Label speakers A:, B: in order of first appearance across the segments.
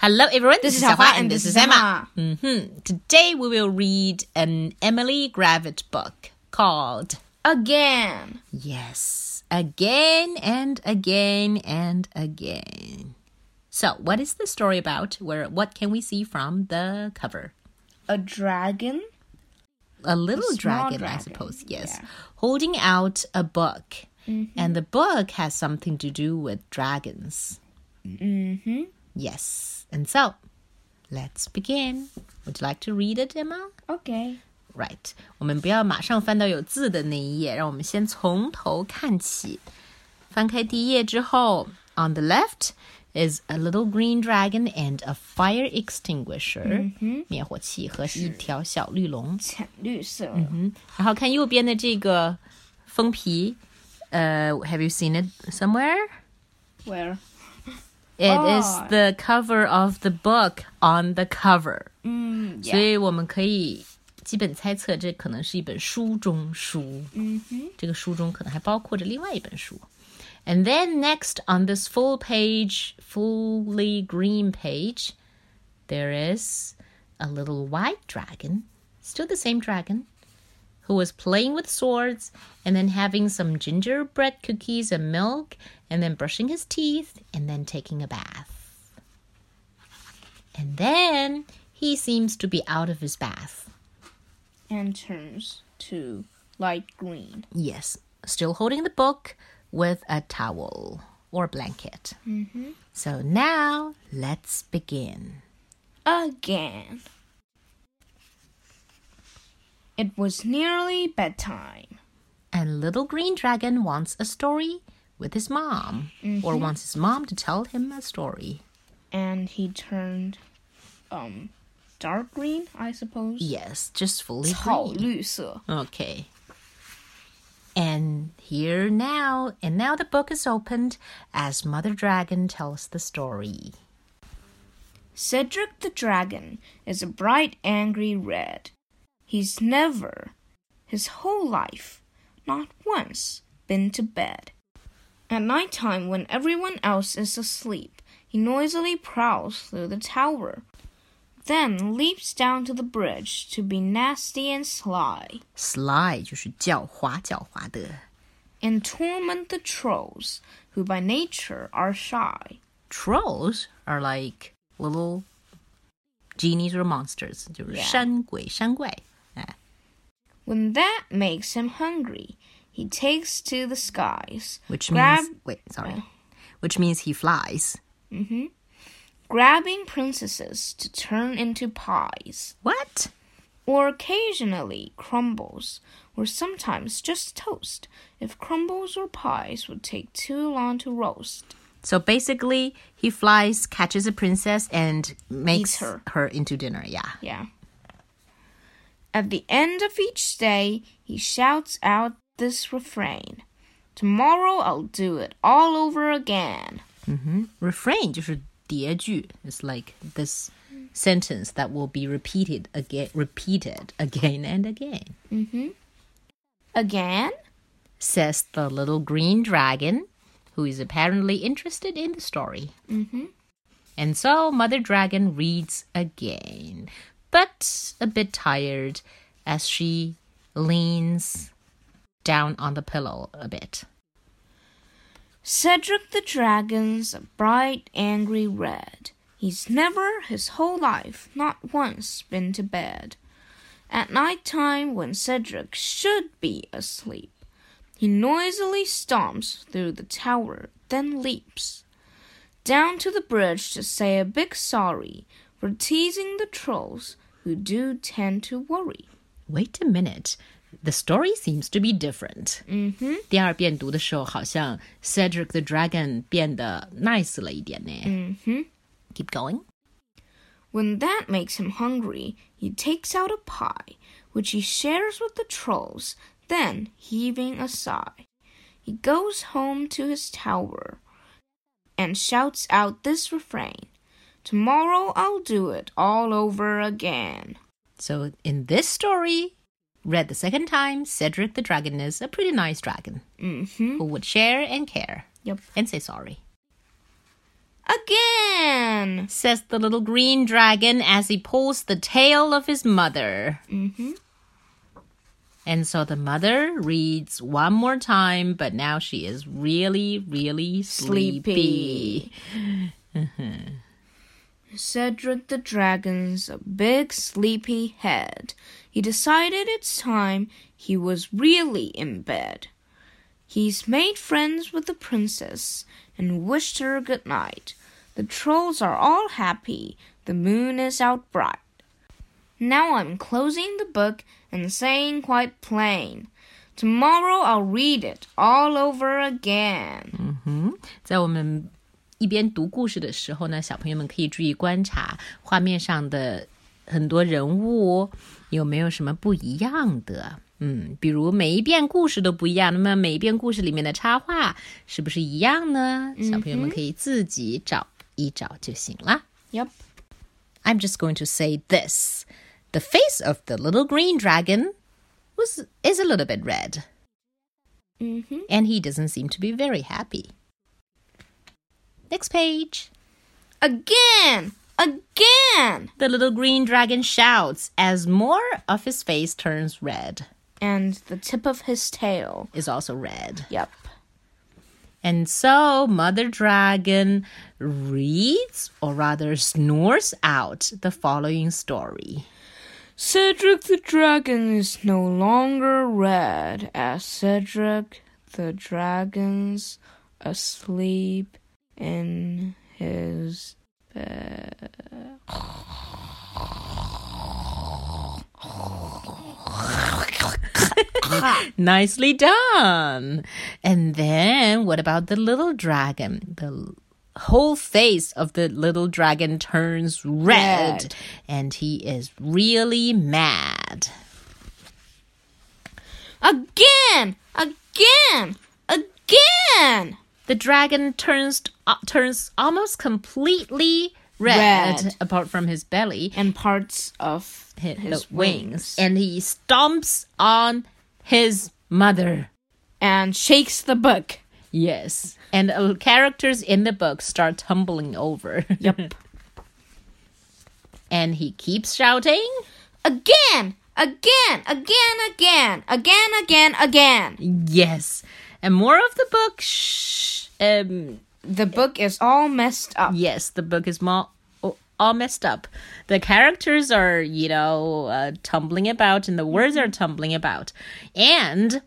A: Hello, everyone.
B: This is
A: 小
B: Xiaohua
A: 花
B: and this is Emma.
A: 嗯哼，Today Mm-hmm. we will read an Emily Gravett book called
B: Again.
A: Yes, Again and Again and Again. So, what is the story about? Where what can we see from the cover?
B: A dragon?
A: a little
B: small
A: dragon, I
B: dragon,
A: suppose, yes,
B: yeah. Mm-hmm.
A: holding out a book. And the book has something to do with dragons.
B: Mm-hmm.
A: Yes. And so, let's begin. Would you like to read it, Emma?
B: Okay.
A: Right. 我们不要马上翻到有字的那一页，让我们先从头看起。翻开第一页之后，on the left is a little green dragon and a fire extinguisher，、灭
B: Mm-hmm.
A: 火器和一条小绿龙。
B: 浅绿色。
A: 嗯，然后看右边的这个封皮，呃、h a v e you seen it somewhere?
B: Where?
A: It is
B: 哦
A: the cover of the book on the cover，、
B: Mm,
A: 所以我们可以基本猜测这可能是一本书中书。嗯哼，这个书中可能还包括着另外一本书。And then next on this full page, fully green page, there is a little white dragon, still the same dragon, who was playing with swords and then having some gingerbread cookies and milk and then brushing his teeth and then taking a bath. And then he seems to be out of his bath.
B: And turns to light green.
A: Yes, still holding the book with a towel or blanket. So now let's begin.
B: Again. It was nearly bedtime.
A: And little green dragon wants a story with his mom, or wants his mom to tell him a story.
B: And he turned um dark green, I suppose.
A: Yes, just fully green.
B: 草绿色.
A: Okay. And here now, and now the book is opened as Mother Dragon tells the story.
B: Cedric the dragon is a bright, angry red. He's never, his whole life, not once, been to bed. At night time, when everyone else is asleep, he noisily prowls through the tower, then leaps down to the bridge to be nasty and sly,
A: Sly 就是狡猾狡猾的，Trolls
B: and torment the trolls, who by nature are shy.
A: are like little genies or monsters,
B: Yeah.
A: 就是山鬼山怪。哎，
B: When that makes him hungry, he takes to the skies,
A: Which
B: grab-
A: means wait, sorry, which means he flies.
B: hmm Grabbing princesses to turn into pies,
A: What?
B: or occasionally crumbles, or sometimes just toast, if crumbles or pies would take too long to roast.
A: So basically, he flies, catches a princess, and makes
B: her.
A: into dinner. Yeah.
B: Yeah. At the end of each day, he shouts out this refrain Tomorrow I'll do it all over again.
A: Mm-hmm. refrain 就是叠句. It's like this sentence that will be repeated again, repeated again and again.
B: Mm-hmm. Again?
A: Says the little green dragon, who is apparently interested in the story. Mm-hmm. And so Mother Dragon reads again, but a bit tired as she leans down on the pillow a bit.
B: Cedric the Dragon's a bright, angry red. He's never, his whole life, not once been to bed. At night time, when Cedric should be asleep, he noisily stomps through the tower, then leaps down to the bridge to say a big sorry for teasing the trolls who do tend to worry.
A: Wait a minute. The story seems to be different.
B: 嗯哼，
A: 第二遍读的时候，好像 Cedric the Dragon 变得 nice 了一点呢。
B: 嗯哼。
A: Keep going.
B: When that makes him hungry, he takes out a pie, which he shares with the trolls, then, heaving a sigh, he goes home to his tower and shouts out this refrain Tomorrow I'll do it all over again.
A: So in this story, read the second time, Cedric the Dragon is a pretty nice dragon
B: Mm hmm.
A: who would share and care
B: Yep.
A: and say sorry.
B: again.
A: says the little green dragon as he pulls the tail of his mother.
B: Mm-hmm.
A: And so the mother reads one more time, but now she is really, really sleepy.
B: Sleepy. Cedric the Dragon's a big sleepy head. He decided it's time he was really in bed. He's made friends with the princess and wished her good night. The trolls are all happy. The moon is out bright. Now I'm closing the book and saying quite plain. Tomorrow I'll read it all over again.
A: 在我们一边读故事的时候呢，小朋友们可以注意观察画面上的很多人物有没有什么不一样的。嗯，比如每一遍故事都不一样，那么每一遍故事里面的插画是不是一样呢？小朋友们可以自己找一找就行了。
B: Yep.
A: I'm just going to say this. The face of the little green dragon was is a little bit red,
B: Mm-hmm.
A: and he doesn't seem to be very happy. Next page.
B: Again! Again!
A: The little green dragon shouts as more of his face turns red.
B: And the tip of his tail.
A: Is also red.
B: Yep.
A: And so Mother Dragon reads, or rather snores out, the following story.
B: Cedric the Dragon is no longer red as Cedric the Dragon's asleep in his bed.
A: Nicely done. And then what about the little dragon? The l- whole face of the little dragon turns red,
B: Red.
A: and he is really mad.
B: Again! Again! Again!
A: The dragon turns uh, turns almost completely red,
B: Red.
A: apart from his belly
B: And parts of
A: hi-
B: his,
A: the
B: wings.
A: and he stomps on his mother.
B: And shakes the book.
A: Yes, and uh, characters in the book start tumbling over.
B: Yep.
A: and he keeps shouting.
B: again, again, again, again, again, again, again.
A: Yes, and more of the book. Shh. Um.
B: The book is all messed up.
A: Yes, the book is more. All messed up. The characters are, you know, uh, tumbling about, and the words
B: Mm-hmm.
A: are tumbling about. And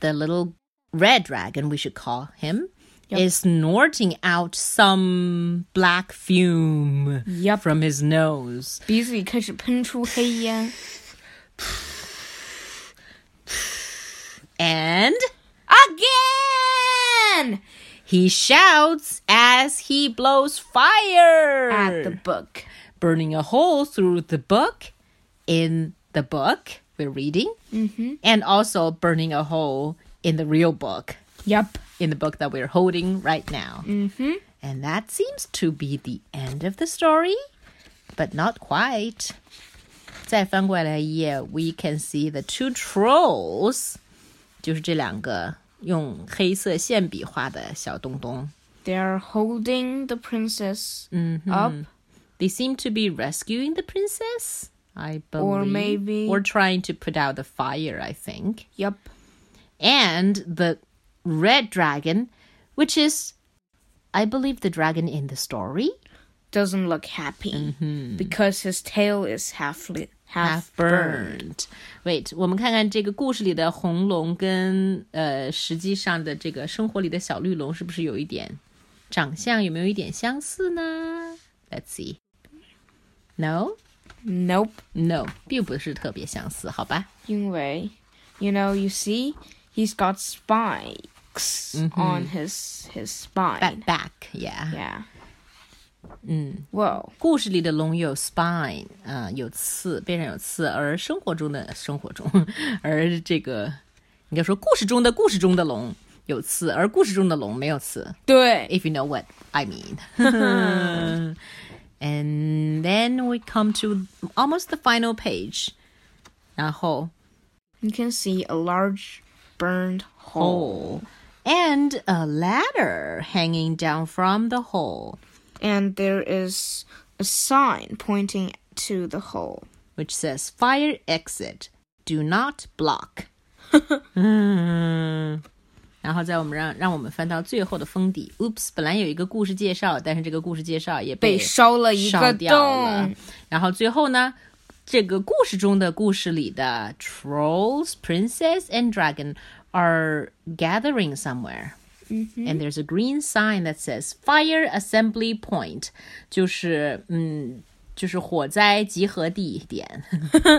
A: the little red dragon, we should call him, is snorting out some black fume
B: Yup.
A: from his nose.
B: 鼻子里开始喷出黑烟。
A: And
B: Again!
A: he shouts as he blows fire
B: At the book.
A: burning a hole through the book in the book we're reading and also burning a hole in the real book
B: Yep.
A: in the book that we're holding right now
B: Mhm.
A: and that seems to be the end of the story but not quite 再翻过来一页 we can see the two trolls 就是这两个用黑色线笔画的小东东。
B: They're holding the princess up.
A: They seem to be rescuing the princess, I believe.
B: Or maybe-
A: Or trying to put out the fire, I think.
B: Yep.
A: And the red dragon, which is, I believe, the dragon in the story.
B: Doesn't look happy because his tail is half li- Mm-hmm. half,
A: Half burned. Wait，我们看看这个故事里的红龙跟呃，实际上的这个生活里的小绿龙是不是有一点长相有没有一点相似呢？Let's see. No,
B: Nope.
A: no，并不是特别相似，好吧？
B: Yingwei. You know, you see, he's got spikes on his his spine.
A: back back yeah，
B: Yeah. Mm. Whoa.
A: 故事里的龙有 spine，啊、有刺，背上有刺，而生活中的生活中， 而这个应该说故事中的故事中的龙有刺，而故事中的龙没有刺。
B: 对。
A: If you know what I mean. And then we come to almost the final page，然后
B: You can see a large burned hole.
A: hole and a ladder hanging down from the hole.
B: and there is a sign pointing to the hole.
A: which says fire exit, do not block. 嗯，然后在我们让让我们翻到最后的封底。Oops，本来有一个故事介绍，但是这个故事介绍也
B: 被烧了一
A: 烧
B: 个
A: 掉了
B: 洞。
A: 然后最后呢，这个故事中的故事里的 trolls, princess, and dragon are gathering somewhere.
B: Mm-hmm.
A: And there's a green sign that says fire assembly point，就是嗯，就是火灾集合地 点，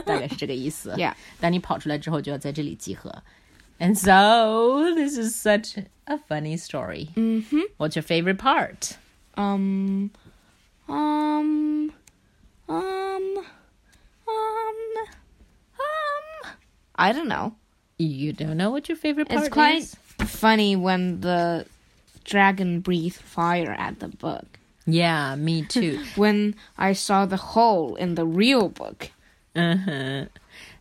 A: 大概是这个意思。
B: Yeah.
A: 当你跑出来之后，就要在这里集合。And so this is such a funny story. Mm-hmm. What's your favorite part?
B: Um, um, um, um, um. I don't know.
A: You don't know what your favorite part
B: It's quite
A: is?
B: funny when the dragon breathed fire at the book.
A: Yeah, me too.
B: When I saw the hole in the real book.
A: uh-huh.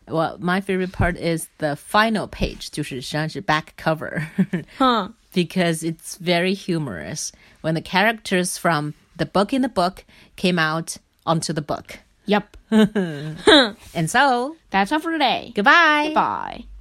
A: Well, my favorite part is the final page, 就是实际上是 back cover,
B: Huh.
A: because it's very humorous when the characters from the book in the book came out onto the book.
B: Yep.
A: And so,
B: That's all for today.
A: goodbye.
B: Goodbye.